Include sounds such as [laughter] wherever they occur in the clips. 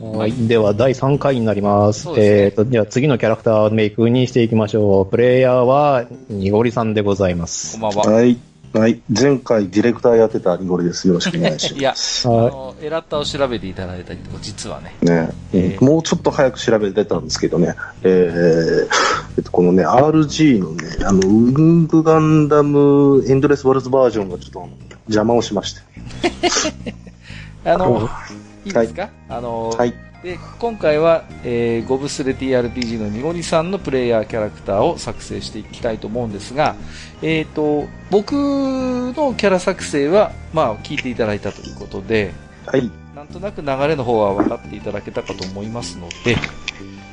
はい、では第3回になります。そうですえっ、と、ねでは次のキャラクターメイクにしていきましょう。プレイヤーは、にごりさんでございまこすん。ばんは。はい。はい。前回ディレクターやってたニゴリです。よろしくお願いし [laughs] いや、あはの、エラッタを調べていただいたりとか、実はね。ます。ね、えーもうちょっと早く調べてたんですけどね、えーえっと、このね、RG のね、あの、ウングガンダムエンドレスワールズバージョンがちょっとあの邪魔をしまして、あうんの、いいですか、あの、はい。で、今回は、えー、ゴブスレ TRPG のニゴニさんのプレイヤーキャラクターを作成していきたいと思うんですが、えっ、と、僕のキャラ作成は、まあ、聞いていただいたということで、はい。なんとなく流れの方は分かっていただけたかと思いますので、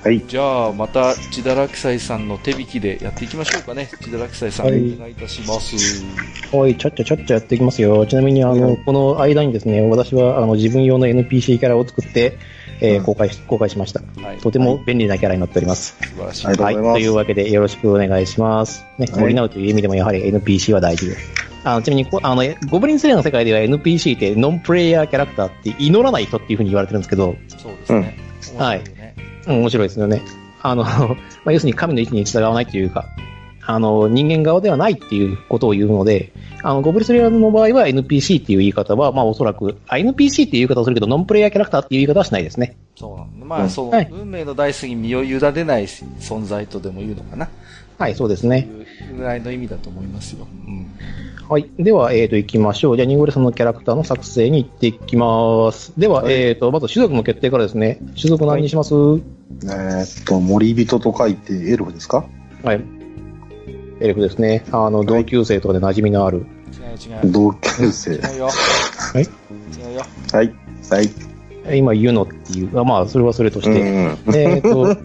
はい。じゃあ、また、千田落斎さんの手引きでやっていきましょうかね。千田落斎さん、おはい願いいたします。はい、ちゃっちゃちゃっちゃやっていきますよ。ちなみに、あの、この間にですね、私は、あの、自分用の NPC キャラを作って、えーうん公開し、公開しました。はい、とても便利なキャラになっております。素晴らしいは。いあはい、りがとうございますというわけでよろしくお願いします。ね、はい補うという意味でもやはり NPC は大事です。あのちなみにこ、あの、ゴブリンスレイヤーの世界では NPC ってノンプレイヤーキャラクターって祈らない人っていうふうに言われてるんですけど、そうですね。んはい面白よねうん、面白いですよね。あの、 [laughs] まあ、要するに神の意志に従わないというか、あの、人間側ではないっていうことを言うので、あの、ゴブリンスレイヤーの場合は NPC っていう言い方は、まあおそらく、あ NPC っていう言い方をするけど、ノンプレイヤーキャラクターっていう言い方はしないですね。そうなんだ。まあ、その、はい運命の大好に身を委ねない存在とでも言うのかな。はい、そうですね。いうぐらいの意味だと思いますよ。うん。はい。では、えっ、と、行きましょう。じゃあ、ニゴレさんのキャラクターの作成に行っていきます。では、はいえっ、と、まず種族の決定からですね。種族何にしますはい。えーっと、森人と書いてエルフですかエルフですね。あの、同級生とかで馴染みのある。違う違う。同級生。違うよ。い違うよ。はい。はい。今、ユノっていう。あまあ、それはそれとしうて。ん。 [laughs] えっと、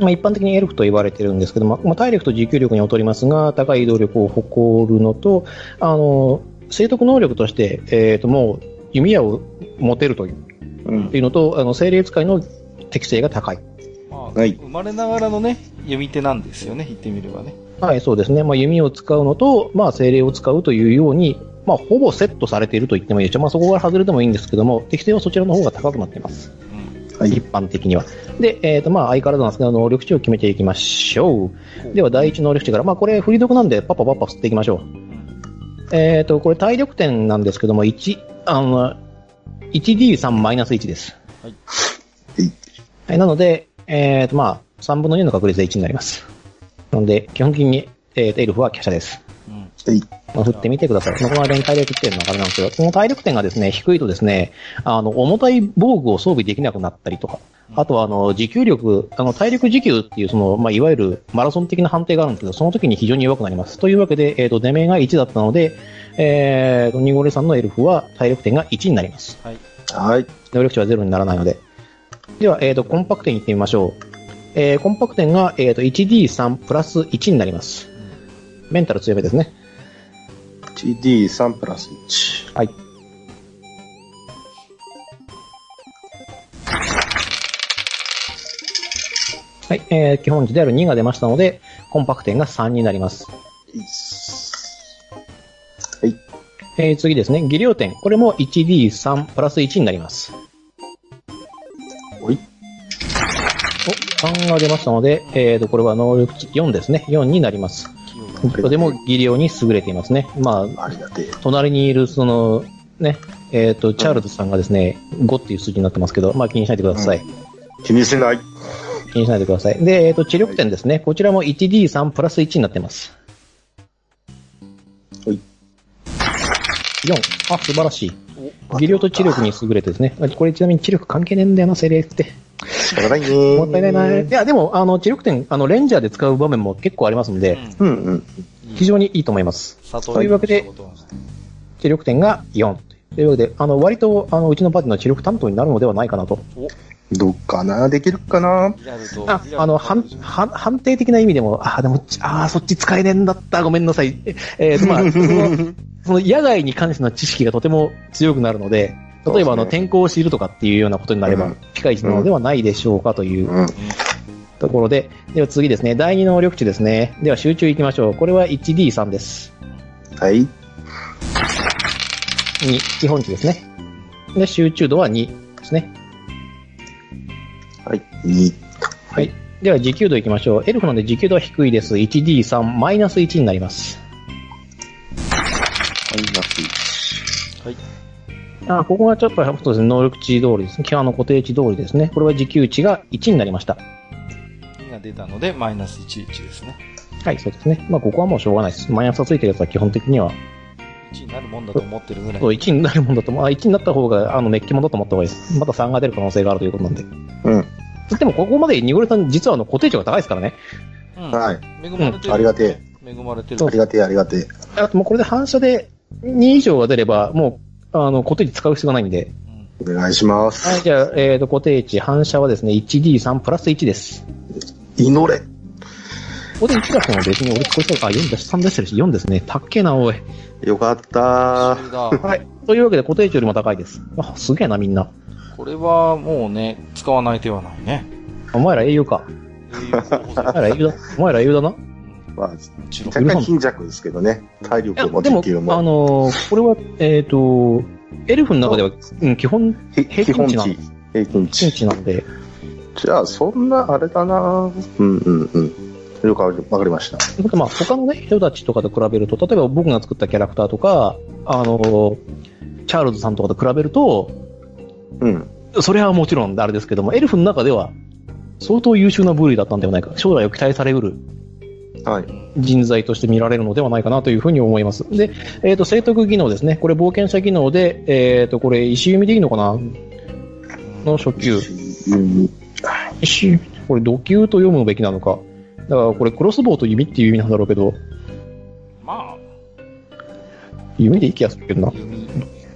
まあ、一般的にエルフと言われてるんですけど、まあまあ、体力と持久力に劣りますが、高い移動力を誇るのと、あの、生得能力として、えっ、と、もう、弓矢を持てるという。うっんて。いうのと、あの精霊使いの適性が高い。まあ、はい生まれながらのね、読み手なんですよね。言ってみればね。はい、そうですね。まあ、弓を使うのと、まあ、精霊を使うというように、まあ、ほぼセットされていると言ってもいいでしょう。まあ、そこから外れてもいいんですけども、適性はそちらの方が高くなっています。うん。はい一。般的には。で、えっ、と、まあ、相変わらずなんですけど、能力値を決めていきましょう。では、第一能力値から、まあ、これ、振り得なんで、パパパパ吸っていきましょう。うんえっ、と、これ、体力点なんですけども、1、あの、1D3 マイナス1です。はい。はい、なので、えっ、と、まあ、3分の2の確率で1になります。なので、基本的に、えっ、と、エルフは華奢です。うん。はい。まあ振ってみてください。その間に体力点のあれなんですけど、この体力点がですね、低いとですね、あの、重たい防具を装備できなくなったりとか、あとは、あの、持久力、あの、体力持久っていう、その、まあ、いわゆるマラソン的な判定があるんですけど、その時に非常に弱くなります。というわけで、えっ、と、出目が1だったので、えっ、と、ニゴレさんのエルフは体力点が1になります。はい。はい。能力値はゼロにならないので。では、えっ、と、コンパクトに行ってみましょう。えー、コンパクトが、えっ、と、1D3 プラス1になります。メンタル強めですね。 1D3 プラス1。はい。はい、えー基本値である2が出ましたので、コンパク点が3になります。はい。えー次ですね、技量点。これも 1D3 プラス1になります。おい。お、3が出ましたので、えーと、これは能力値4ですね。4になります。器用だねとても技量に優れていますね。まあ、ありがてえ。隣にいる、その、ね、えっ、と、チャールズさんがですね、5っていう数字になってますけど、まあ気にしないでください。気にしない。気にしないでください。で、えっ、と、知力点ですね。こちらも 1D3 プラス1になってます。はい。 4。あ、素晴らしい。技量と知力に優れてですね。これちなみに知力関係ねえんだよな、精霊って。仕方ないね。もったいないな。いや、でも、あの、知力点、あの、レンジャーで使う場面も結構ありますんで、うんうんうん。非常にいいと思います。というわけで、知力点が4。というわけで、あの、割と、あの、うちのパーティーの知力担当になるのではないかなと。どっかなできるかなリアルとあ、あの、はん、はん、判定的な意味でも、あ、でも、ちあー、そっち使えねえんだった。ごめんなさい。ええーと、まあ、その、 [laughs] その野外に関しての知識がとても強くなるので、例えば、あの、そうですね天候を知るとかっていうようなことになれば、うん機械値なのではないでしょうかといううん。ところで、では次ですね、第二能力値ですね。では集中いきましょう。これは 1D3 です。はい。 2、基本値ですね。で、集中度は2ですね。はい。2。はい。では、持久度いきましょう。エルフなんで持久度は低いです。1D3 マイナス1になります。マイナスはい。あここがちょっとそうですね能力値通りですね。キャの固定値通りですね。これは持久値が1になりました。 2が出たので、マイナス1、1ですね。はい、そうですね。まあ、ここはもうしょうがないです。マイナスがついてるやつは基本的には、 1になるもんだと思ってるぐらい。そう1になるもんだと思う、あ、1になった方が、あの、メッキもんだと思った方がいいです。また3が出る可能性があるということなんで。 1。うん。つっても、ここまでニゴレさん、実はあの、固定値が高いですからね。うん。はい。恵まれてる。ありがてえ。恵まれてそるうあ。りがてえ、ありがてえ。あともうこれで反射で2以上が出れば、もう、あの、固定値使う必要がないんで。うんお願いしまはい、す。じゃあ、えーと、固定値、反射はですね、1D3 プラス1です。祈れ。ここで1出すのは別に俺、これそうか、あ4出し、3出してるし、4ですね。たっけえな、おい。よかったそれだ。はい。というわけで、固定値よりも高いです。あ、すげえな、みんな。これはもうね、使わない手はないね。お前ら英雄か。英雄候補お前者ら英雄 [laughs] だ。お前ら英雄だな。うんまあ、もちろん。若干貧弱ですけどね。体いや力もでも、持久あも。のーこれは、えっ、と、エルフの中では、うん、基本、ひ平基均本値な値。平均チン値。チなんで、じゃあ、そんな、あれだなうんうんうん。よくわかりました。まあ、他のね、人たちとかと比べると、例えば僕が作ったキャラクターとか、あのーチャールズさんとかと比べると、うん。それはもちろんあれですけども、エルフの中では、相当優秀な部類だったんではないか、将来を期待されうるはい。人材として見られるのではないかなというふうに思います。で、えっ、と、聖徳技能ですね。これ冒険者技能で、えっ、と、これ石読みでいいのかなの初級。うんしこれ、土球と読むべきなのか。だから、これ、クロスボウと弓っていう意味なんだろうけど、ま弓でいい気がするけどなあ、。弓。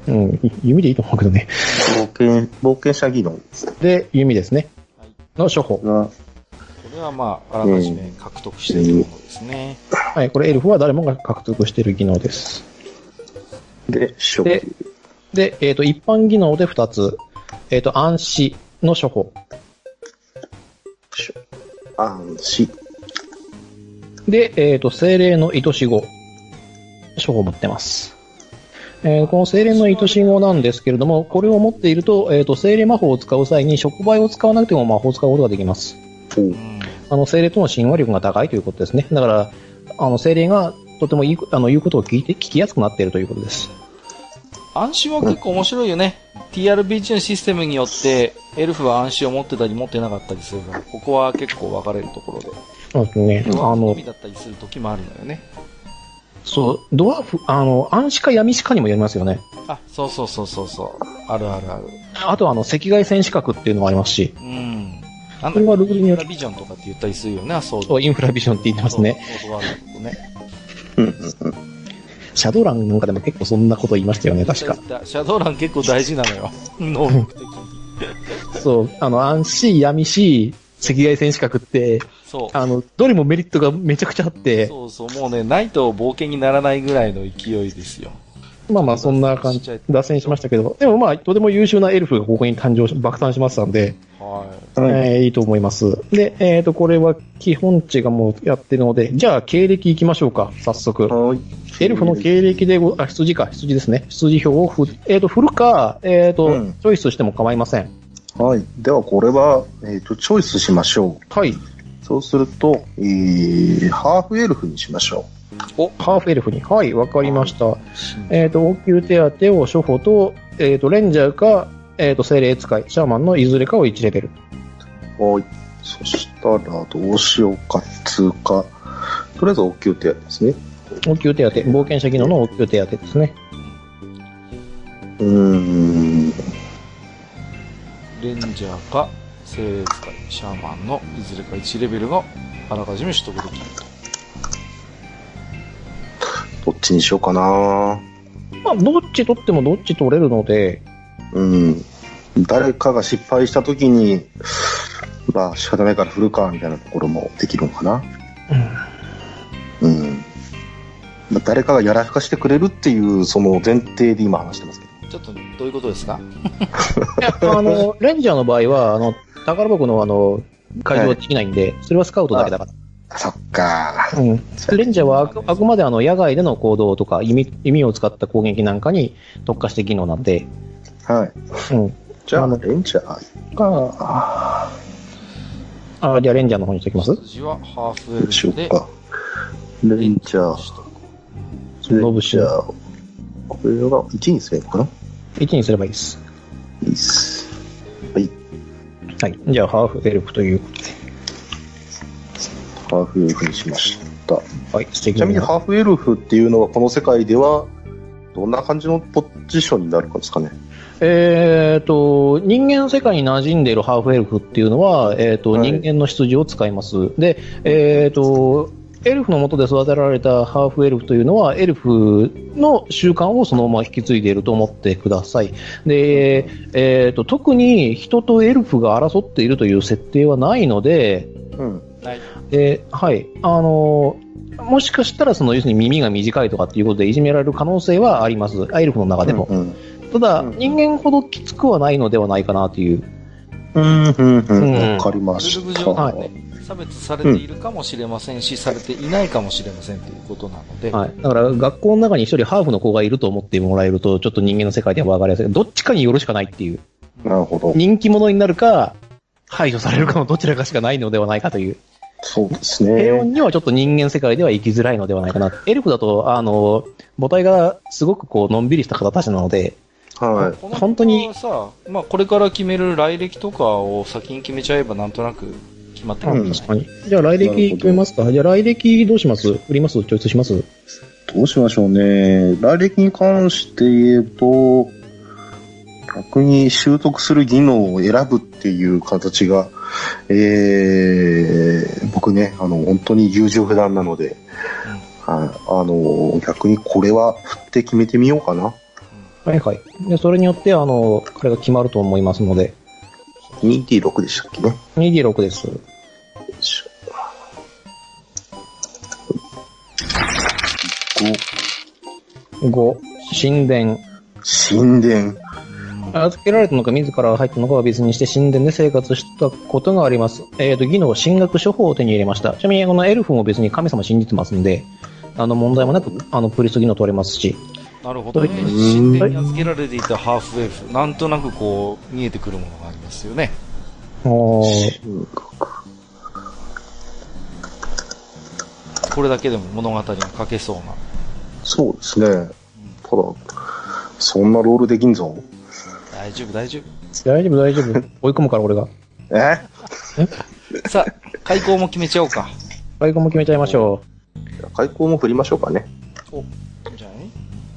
うん、い弓でいいと思うけどね。冒険、冒険者技能で、弓ですねはい。の処方。が、これはまあ、あらかじめ獲得しているものですね。はい、これ、エルフは誰もが獲得している技能です。で、初で級。で、えっ、と、一般技能で2つ。えっ、と、暗視の処方。安心。で、えっ、と、精霊の愛し語。処方を持ってます。えーこの精霊の愛し語なんですけれども、これを持っていると、えっ、と、精霊魔法を使う際に、触媒を使わなくても魔法を使うことができます。おうん。あの、精霊との親和力が高いということですね。だから、あの、精霊がとてもいい、あの、言うことを聞いて、聞きやすくなっているということです。暗視は結構面白いよね。TRPG のシステムによって、エルフは暗視を持ってたり持ってなかったりするから、ここは結構分かれるところで。そうですね。うんあの海、だったりする時もあるのよね。そう、ドワーフ、あの、暗視か闇視かにもよりますよね。あ、そうそうそうそうそう。あるあるある。あとは、あの、赤外線視覚っていうのもありますし、うん。あこれはルールにインよフるラビジョンとかって言ったりするよね、あそうだ。そうインフラビジョンって言ってますね。そう。そうそうあるよね。うんうんうんシャドウランなんかでも結構そんなこと言いましたよね、確か。か。シャドウラン結構大事なのよ。能力的に。そう、あの、暗視、闇視、赤外線視覚って、そう。あの、どれもメリットがめちゃくちゃあって、そうそう、もうね、ないと冒険にならないぐらいの勢いですよ。まあまあそんな感じ、脱線しましたけど、でもまあ、とても優秀なエルフがここに誕生し、爆誕しましたんで、ははい。えーいいと思います。で、えっ、と、これは基本値がもうやってるので、じゃあ経歴行きましょうか、早速。はいエルフの経歴でご、あ、羊か、羊ですね。羊表をふ、えっ、と、振るか、えっ、と、うんチョイスしても構いません。はい。では、これは、えっ、と、チョイスしましょはい。う。そうすると、えー、ハーフエルフにしましょハーフエルフに。はい、わかりました。い。しえっ、と、応急手当を処方と、えっ、と、レンジャーか、えっ、と、精霊使い、シャーマンのいずれかを1レベル。う。はい。そしたら、どうしようか、通過。とりあえず、応急手当ですね。応急手当、冒険者技能の応急手当ですね。うーん。レンジャーか、精霊使い、シャーマンのいずれか1レベルがあらかじめ取得できると。どっちにしようかなまあ、どっち取ってもどっち取れるので、うん。誰かが失敗したときに、まあ、仕方ないから振るか、みたいなところもできるのかな。うん。まあ誰かがやらかしてくれるっていう、その前提で今話してますけど。ちょっとどういうことですかいや、あの、 [laughs] レンジャーの場合は、あの、宝箱のあの、改造できないんで、それはスカウトだけだかそっか。ら。うん。レンジャーはあくあくまであの、野外での行動とか、弓、弓を使った攻撃なんかに特化して技能なんで、はい。うん。じゃああ、のレンジャーか。あじゃあレンジャーの方にしときます数字はハーフウどうしよェうルで。か。レンジャー、ノブシレンジャー。これは1にすればいいのかな ?1 にすればいいです。いいっす。はい。はい。じゃあ、ハーフエルフということで。ハーフエルフにしました。はい、素敵ちなみにハーフエルフっていうのはこの世界ではどんな感じのポジションになるかですかね。えっ、と、人間世界に馴染んでいるハーフエルフっていうのは、えっ、と、はい人間の羊を使います。で、えっ、と、エルフの元で育てられたハーフエルフというのは、エルフの習慣をそのまま引き継いでいると思ってください。で、えっ、と、特に人とエルフが争っているという設定はないので、うん。はい。で、はい。あのもしかしたら、その、要するに耳が短いとかっていうことでいじめられる可能性はあります。エルフの中でも。うん。ただ、うん人間ほどきつくはないのではないかなという。うん、うん、ううんん。わかりまルしールた。上はね、差別されているかもしれませんし、されていないかもしれませんということなので、はい。だから、学校の中に一人ハーフの子がいると思ってもらえると、ちょっと人間の世界では分かりやすい。どっちかによるしかないっていう。なるほど。人気者になるか、排除されるかのどちらかしかないのではないかという。そうです平穏ね。にはちょっと人間世界では生きづらいのではないかな。エルフだと、あの、母体がすごくこう、のんびりした方たちなので、はこの本当に子はさ、まあ、これから決める来歴とかを先に決めちゃえばなんとなく決まってくるんじゃない、じゃあ来歴決めますかじゃあ来歴どうします売りますチョイスしますい。どうしましょうね。来歴に関して言えば、逆に習得する技能を選ぶっていう形が、えー、僕ね、あの、本当に優柔不断なので、はいあの、逆にこれは振って決めてみようかな。はいはい。で、それによって、あの、これが決まると思いますので、 2D6 でしたっけね。 2D6 です。5、神殿。神殿。預けられたのか自ら入ったのかは別にして神殿で生活したことがあります。えっ、と、技能神学処方を手に入れました。ちなみに、このエルフも別に神様信じてますんで、あの、問題もなく、あの、プリス技能取れますし、なるほどね。神殿に預けられていたハーフウェルフ、なんとなくこう、見えてくるものがありますよね。おー神学これだけでも物語が書けそうな。そうですね。ただ、そんなロールできんぞ。大丈夫、大丈夫。大丈夫大丈夫。 [laughs] 追い込むから俺が。えさあ、 [laughs] 開口も決めちゃおうか。追い込む決めちゃいましょ開口も振りましょうかね。お、いいんじゃない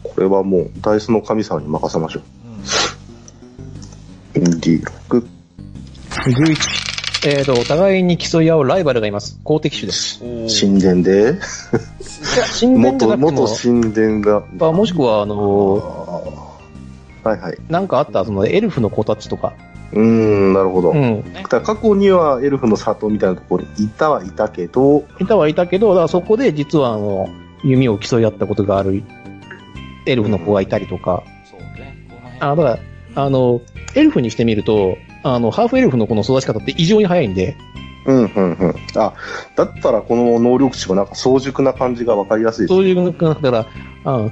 これはもう、ダイスの神様に任せましょうん。う。2D6。う。11。えっ、と、お互いに競い合うライバルがいます。公敵種です。おー神殿で、神殿じゃ元、なくても元神殿が。あもしくは、ああのーはいはい。なんかあった、その、エルフの子たちとか。うーん、なるほど。うん。だから過去にはエルフの里みたいなところにいたはいたけど、いたはいたけど、だからそこで実は、あの、弓を競い合ったことがある、エルフの子がいたりとか。そうね。この辺あ、だから、あの、エルフにしてみると、あの、ハーフエルフの子の育ち方って異常に早いんで、うん、うん、うん。あ、だったらこの能力値もなんか早熟な感じがわかりやすいですねそういうのだから、うん、100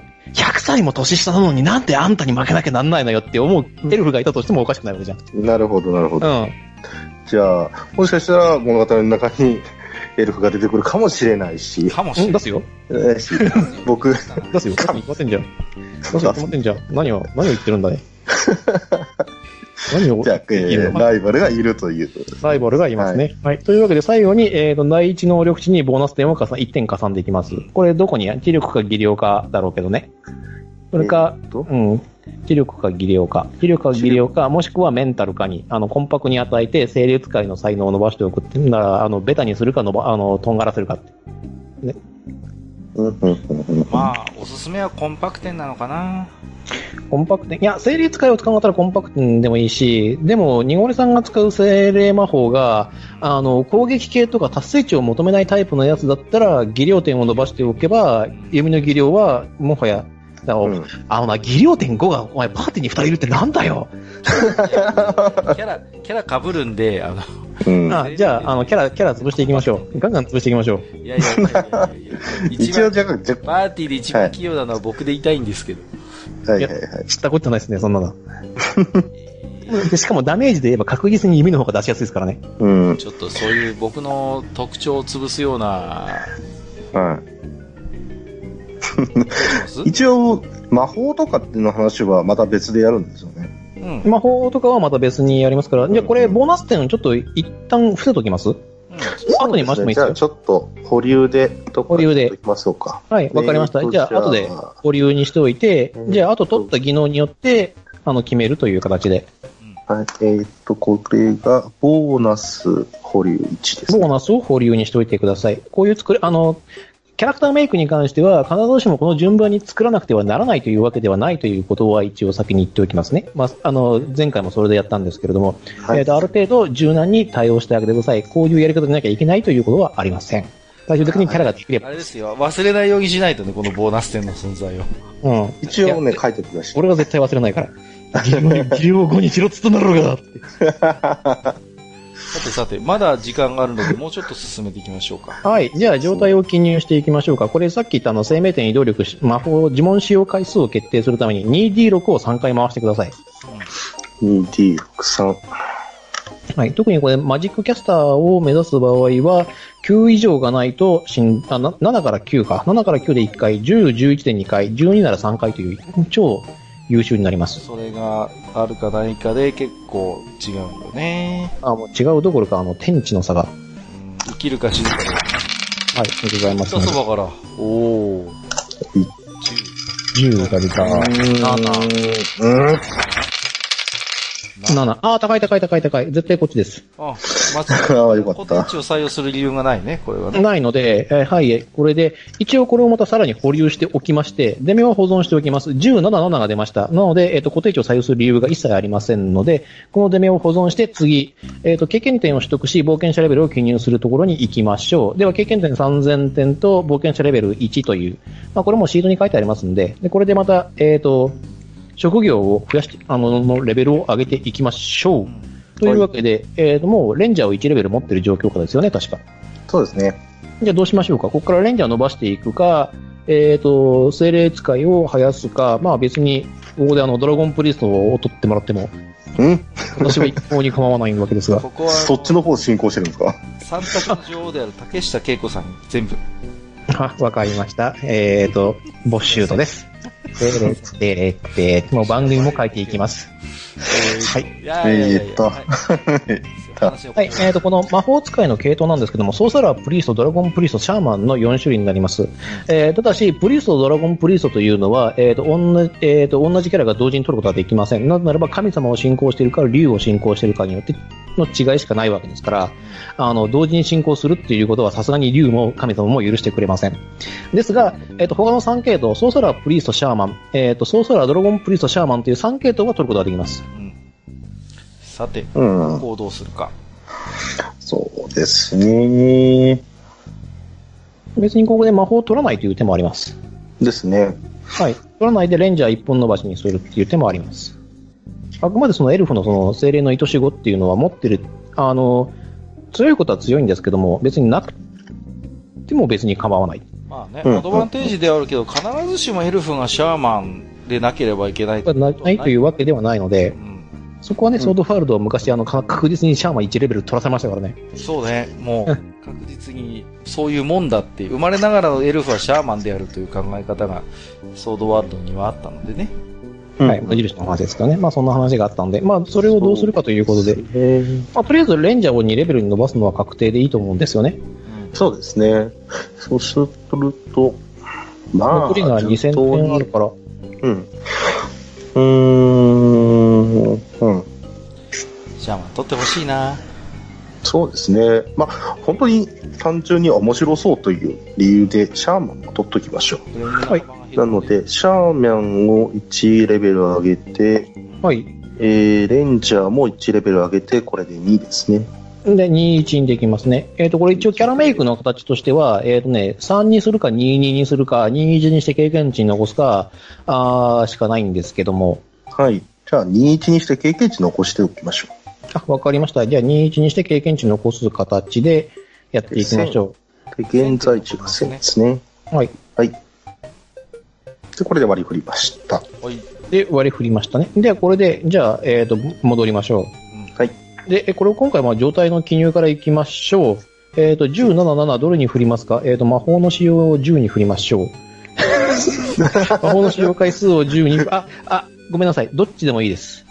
歳も年下なのになんであんたに負けなきゃなんないのよって思うエルフがいたとしてもおかしくないわけじゃん。なるほど、なるほうど。ん。じゃあ、もしかしたら物語の中にエルフが出てくるかもしれないし、かもしうれん、な出い。すよ。えーし [laughs] 僕、出すよ。出すに決まってんじゃん。出すに決まってんじゃん。何を、何を言ってるんだ [laughs] ね。何をじゃあ、えーいるのライバルがいるという。ライバルがいますね。はい。というわけで最後に、えー、と、第一能力値にボーナス点を加算、1点加算できます。これどこに知力か技量かだろうけどね。それか、えーっとうん。知力か技量か。知力か技量か、もしくはメンタルかに、あの、コンパクに与えて、精霊使いの才能を伸ばしておくっていうなら、あの、ベタにするかのば、あの、とんがらせるかって。うんうんうんうんまあ、おすすめはコンパクテンなのかな。 [laughs] コンパクトにいや、精霊使いを使うんだったらコンパクトにでもいいし、でも、ニゴリさんが使う精霊魔法が、あの、攻撃系とか達成値を求めないタイプのやつだったら、技量点を伸ばしておけば、弓の技量は、もはや、だからうんあのな、技量点5が、お前、パーティーに2人いるってなんだよ、キャラ、キャラ被るんで、あの、うんあじゃあ、あの、キャラ、キャラ潰していきましょう。ガンガン潰していきましょう。 [laughs] いやいやいやいやいや一一応、番、じゃあ、じゃパーティーで一番器用なのは僕でいたいんですけど。あはいはいはい。 [laughs] 知ったことないですね、そんなの。えでしかもダメージで言えば確実に弓の方が出しやすいですからね。うん。ちょっとそういう僕の特徴を潰すような、はどうしますい。一応、魔法とかっていうの話はまた別でやるんですよね。うん。魔法とかはまた別にやりますから、じゃあこれボーナス点ちょっと一旦伏せときますう後に回してもいいですじゃあよ。ちょっと保留で、どっか保留でいきましょうか。はい、わかりましたえー。とじゃじゃああ後で保留にしておいてう、んじゃあ後取った技能によって、あの、決めるという形で。はい。えーっと、これが、ボーナス保留1です、ね。ボーナスを保留にしておいてください。こういう作り、あの、キャラクターメイクに関しては、必ずしもこの順番に作らなくてはならないというわけではないということは一応先に言っておきますね。まあ、あの、前回もそれでやったんですけれども、はいえーと、ある程度柔軟に対応してあげてください。こういうやり方でなきゃいけないということはありません。最終的にキャラができれん。ば。あれですよ、忘れないようにしないとね、このボーナス点の存在を。 [laughs] うん。一応いねや、書いてください。俺は絶対忘れない [laughs] から。技量技量5にしろっつったんだろうが。さてさて、まだ時間があるので、もうちょっと進めていきましょうか。はい。じゃあ、状態を記入していきましょうか。これ、さっき言ったあの、生命点に動力し、魔法、呪文使用回数を決定するために 2D6 を3回回してください。 2D63。はい。特にこれ、マジックキャスターを目指す場合は、9以上がないと、しんあな7から9か。7から9で1回、10、11で2回、12なら3回という、超優秀になります。それがあるかないかで結構違うんだよね。あ、もう違うどころか、あの、天地の差が。はいうん生きるか死ぬかで。ございますさのそで。ばから。おお。 10が出た。7。うん。 7。あー、高い高い高い高い。絶対こっちです。あ、松ああ、よかポっテンた。チを採用する理由がないね、これはね。ないので、えーはい、えーこれで、一応これをまたさらに保留しておきまして、デメは保存しておきます。177が出ました。なので、えっ、と、固定値を採用する理由が一切ありませんので、このデメを保存して次、えっ、と、経験点を取得し、冒険者レベルを記入するところに行きましょう。では、経験点3000点と冒険者レベル1という、まあ、これもシートに書いてありますんで、で、これでまた、えっ、と、職業を増やして、あの、のレベルを上げていきましょう。というわけで、えっ、と、もう、レンジャーを1レベル持ってる状況下ですよね、確か。そうですね。じゃあどうしましょうか。ここからレンジャーを伸ばしていくか、えっ、と、精霊使いを生やすか、まあ別に、ここであの、ドラゴンプリストを取ってもらっても、うん私は一向に構わないわけですが。ここは、そっちの方進行してるんですか三択の女王である竹下恵子さんに全部。あわかりました。えっ、と、ボッシュートです。精霊、精霊って、もう番組も変えていきます。はい。いやいやいやいえーやっとはいと話をはい、えー、とこの魔法使いの系統なんですけども、ソーサラー、プリースト、ドラゴンプリースト、シャーマンの4種類になります。えーただし、プリーストとドラゴンプリーストというのは、えーと同じえー、と同じキャラが同時に取ることはできません。なぜならば、神様を信仰しているか、竜を信仰しているかによっての違いしかないわけですから、あの同時に信仰するっていうことは、さすがに竜も神様も許してくれません。ですが、えー、と他の3系統、ソーサラー、プリースト、シャーマン、えー、とソーサラー、ドラゴンプリースト、シャーマンという3系統が取ることができます。うんさて、うん。行動するか。そうですね。別にここで魔法を取らないという手もあります。ですね。はい。取らないでレンジャー一本伸ばしにするっていう手もあります。あくまでそのエルフのその精霊の愛し子っていうのは持ってる、あの、強いことは強いんですけども、別になくても別に構わない。まあね、うんアドバンテージではあるけど、必ずしもエルフがシャーマンでなければいけない。なないといううわけではないのでう、んそこはね、ソードファールドは昔、あの、か確実にシャーマン1レベル取らせましたからね。そうね、もう、確実に、そういうもんだって、生まれながらのエルフはシャーマンであるという考え方が、ソードワールドにはあったのでね。はい。無印の話ですけどね。まあ、そんな話があったので、まあ、それをどうするかということで、で。まあ、とりあえずレンジャーを2レベルに伸ばすのは確定でいいと思うんですよね。そうですね。そうすると、まあ、残りが2000点あるから。うん。うーん。うん。シャーマン取ってほしいな。そうですね。まあ、本当に単純に面白そうという理由で、シャーマンを取っときましょブレインのはい幅が広う。いなの、で、シャーマンを1レベル上げて、はい。えー、レンジャーも1レベル上げて、これで2ですね。で、21にできますね。えっ、と、これ一応キャラメイクの形としては、えっ、とね、3にするか22にするか、21にして経験値に残すか、あーしかないんですけども。はい。じゃあ、21にして経験値残しておきましょあ、わかりました。じゃあ21にして経験値に残す形でやっていきましょう。で、現在値が1000ですね。う。はい。はい。で、これで割り振りました。はい。で、割り振りましたね。で、これで、じゃあ、えっ、と、戻りましょう。はい。で、えこれを今回、まあ、状態の記入からいきましょう。えっ、と、10、7、7、どれに振りますかえっ、と、魔法の使用を10に振りまし [laughs] ょう。魔法の使用回数を10に、あ、あ、ごめんなさい。どっちでもいいです。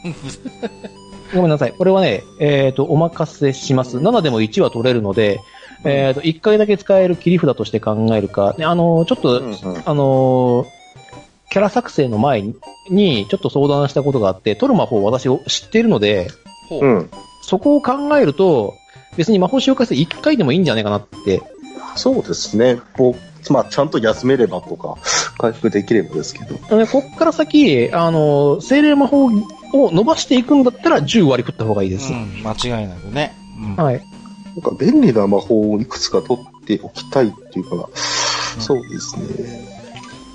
ごめんなさい。これはね、えっ、と、お任せします。7でも1は取れるので、えっ、と、1回だけ使える切り札として考えるか、ねあの、ちょっと、あのーキャラ作成の前にちょっと相談したことがあって、取る魔法を私を知っているので、ほう。うん。うん。そこを考えると、別に魔法使用回数1回でもいいんじゃないかなって。そうですね。こう、まあ、ちゃんと休めればとか、回復できればですけど。でこっから先、あのー精霊魔法を伸ばしていくんだったら10割食った方がいいです。うん、間違いなくね。うん。はい。なんか便利な魔法をいくつか取っておきたいっていうか、そうですね。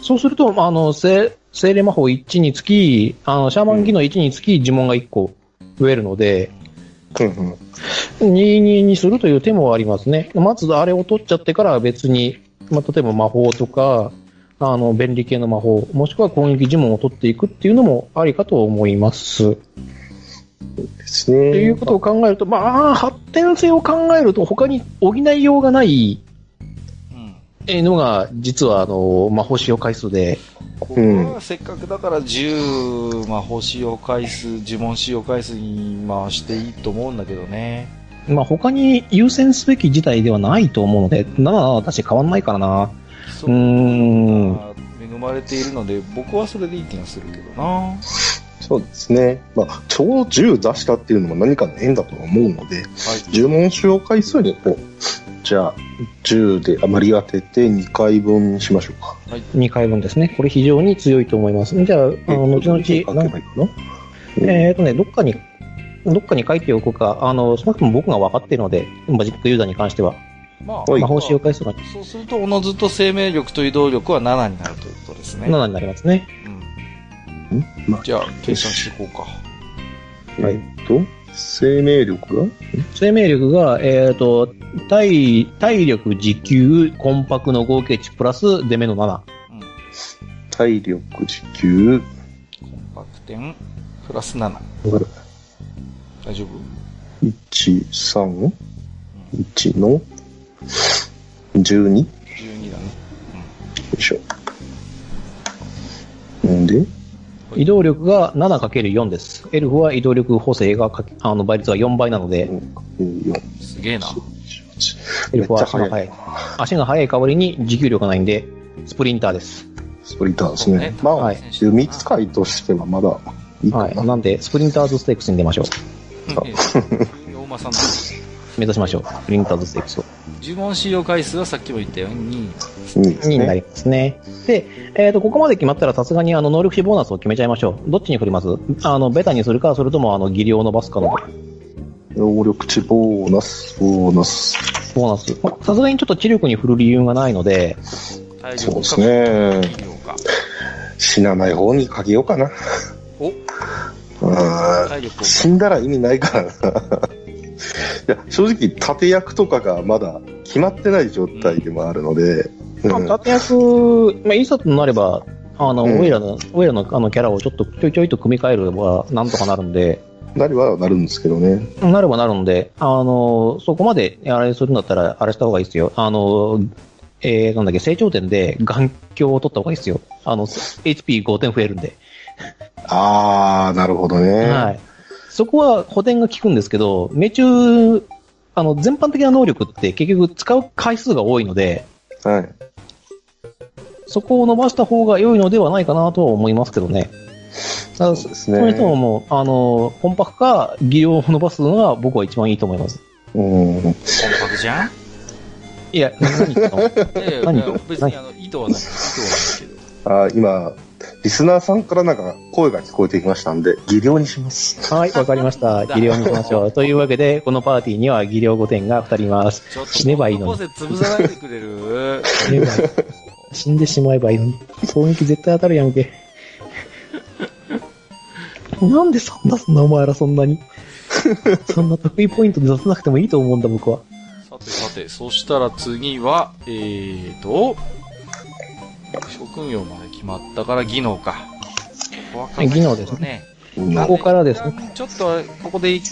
そうすると、まああの、精精霊魔法1につき、あの、シャーマン技能1につき呪文が1個増えるので、うんうん。 22にするという手もありますね。まずあれを取っちゃってから別に、まあ、例えば魔法とか、あの、便利系の魔法、もしくは攻撃呪文を取っていくっていうのもありかと思います。ですね。ということを考えると、まあ、発展性を考えると他に補いようがないうん。のが、実はあの、魔法使用回数で、これはせっかくだから10魔法使用回数、呪文使用回数に回していいと思うんだけどね。まあ他に優先すべき事態ではないと思うので、なあ、確か変わんないからな。そうーん。恵まれているので、僕はそれでいい気がするけどな。そうですね。まあ、超10出したっていうのも何かの縁だと思うので、はい。 10問使用回数にこう、じゃあ、10で余り当てて2回分にしましょうか。 2回分ですね。これ非常に強いと思います。じゃあ、あの後々、なん何回かなうんえーとね、どっかに、どっかに書いておくか、あの、少なくとも僕が分かっているので、マジックユーザーに関しては、まあ、はい魔法使用回数がそうすると、おのずと生命力と移動力は7になるということですね。 7になりますね。うんんまあじゃあ、計算していこうか。はいえっと、生命力が生命力が、えーと、体、体力、時給、魂魄の合計値プラス、出目の7。うん。体力、時給、コンパクテン、プラス7。大丈夫1、3、1の ?12 12よだね。いしょ。んで、移動力が 7×4 です。エルフは移動力補正がかけ、あの、倍率が4倍なので、 4、うん。すげえな。エめルっフちは足がゃ速速いい。。足が速い代わりに持久力がないんで、スプリンターです。スプリンターですね。まはあい、弓使いとしてはまだいいかはい。な。なんで、スプリンターズステークスに出ましょう。うんええ大間さんの。目指しましょう。スプリンターズステークスを。呪文使用回数はさっきも言ったようににになりますね。で、えっ、と、ここまで決まったらさすがにあの、能力値ボーナスを決めちゃいましょう。どっちに振りますあの、ベタにするか、それともあの、技量を伸ばすかの能力値ボーナス、ボーナス。ボーナス。まあさすがにちょっと知力に振る理由がないので、体そ力うですね量か死なない方にかけようかな。おうん体力を死んだら意味ない [laughs] からな。いや正直、盾役とかがまだ決まってない状態でもあるので、まあうん立役、まあ、いいとなれば、あの、うん俺らの、俺らのあの、キャラをちょっとちょいちょいと組み替えれば、なんとかなるんで、なりはなるんですけどね。なればなるんで、あの、そこまで、あれするんだったら、あれした方がいいですよ。あの、えー、なんだっけ、成長点で眼鏡を取った方がいいですよ。あの、HP5 点増えるんで。あー、なるほどね。はい。そこは補填が効くんですけど、命中、あの、全般的な能力って結局使う回数が多いので、はい。そこを伸ばした方が良いのではないかなとは思いますけどね。ただそうそですういう人もね。もう、あの、コンパクか、技量を伸ばすのが僕は一番いいと思います。うん。コンパクじゃんいや、何言ってんのいやいや [laughs] 何いや別にあの意図はない意図はないけどあー今、リスナーさんからなんか声が聞こえてきましたんで、技量にします。はい、わかりました。技量にしま [laughs] しょう。というわけで、このパーティーには技量5点が2人います。ちょっと死ねばいいのに高校生潰さないでくれる死ねばいい死んでしまえばいいのに。攻撃絶対当たるやんけ。 [laughs] なんでそんなすんな、お前らそんなに。そんな得意ポイントで出さなくてもいいと思うんだ、僕は。さてさてそしたら次はえーと職業まで決まったから技能か怖かった技能ですね。うんここからですねなん一旦ちょっと、ここで一、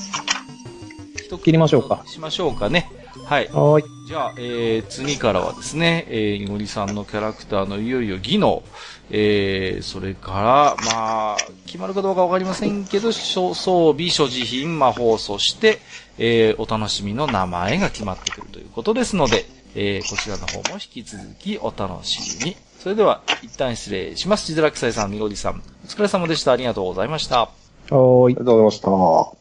一切りましょうかしましょうかね。はい。はーい。じゃあ、えー、次からはですね、えー、いごりさんのキャラクターのいよいよ技能、えー、それから、まあ、決まるかどうかわかりませんけど、所装備、所持品、魔法、そして、えー、お楽しみの名前が決まってくるということですので、えー、こちらの方も引き続きお楽しみに。それでは、一旦失礼します。ジズラクサイさん、みごりさん、お疲れ様でした。ありがとうございました。はーいあり。がとうございました。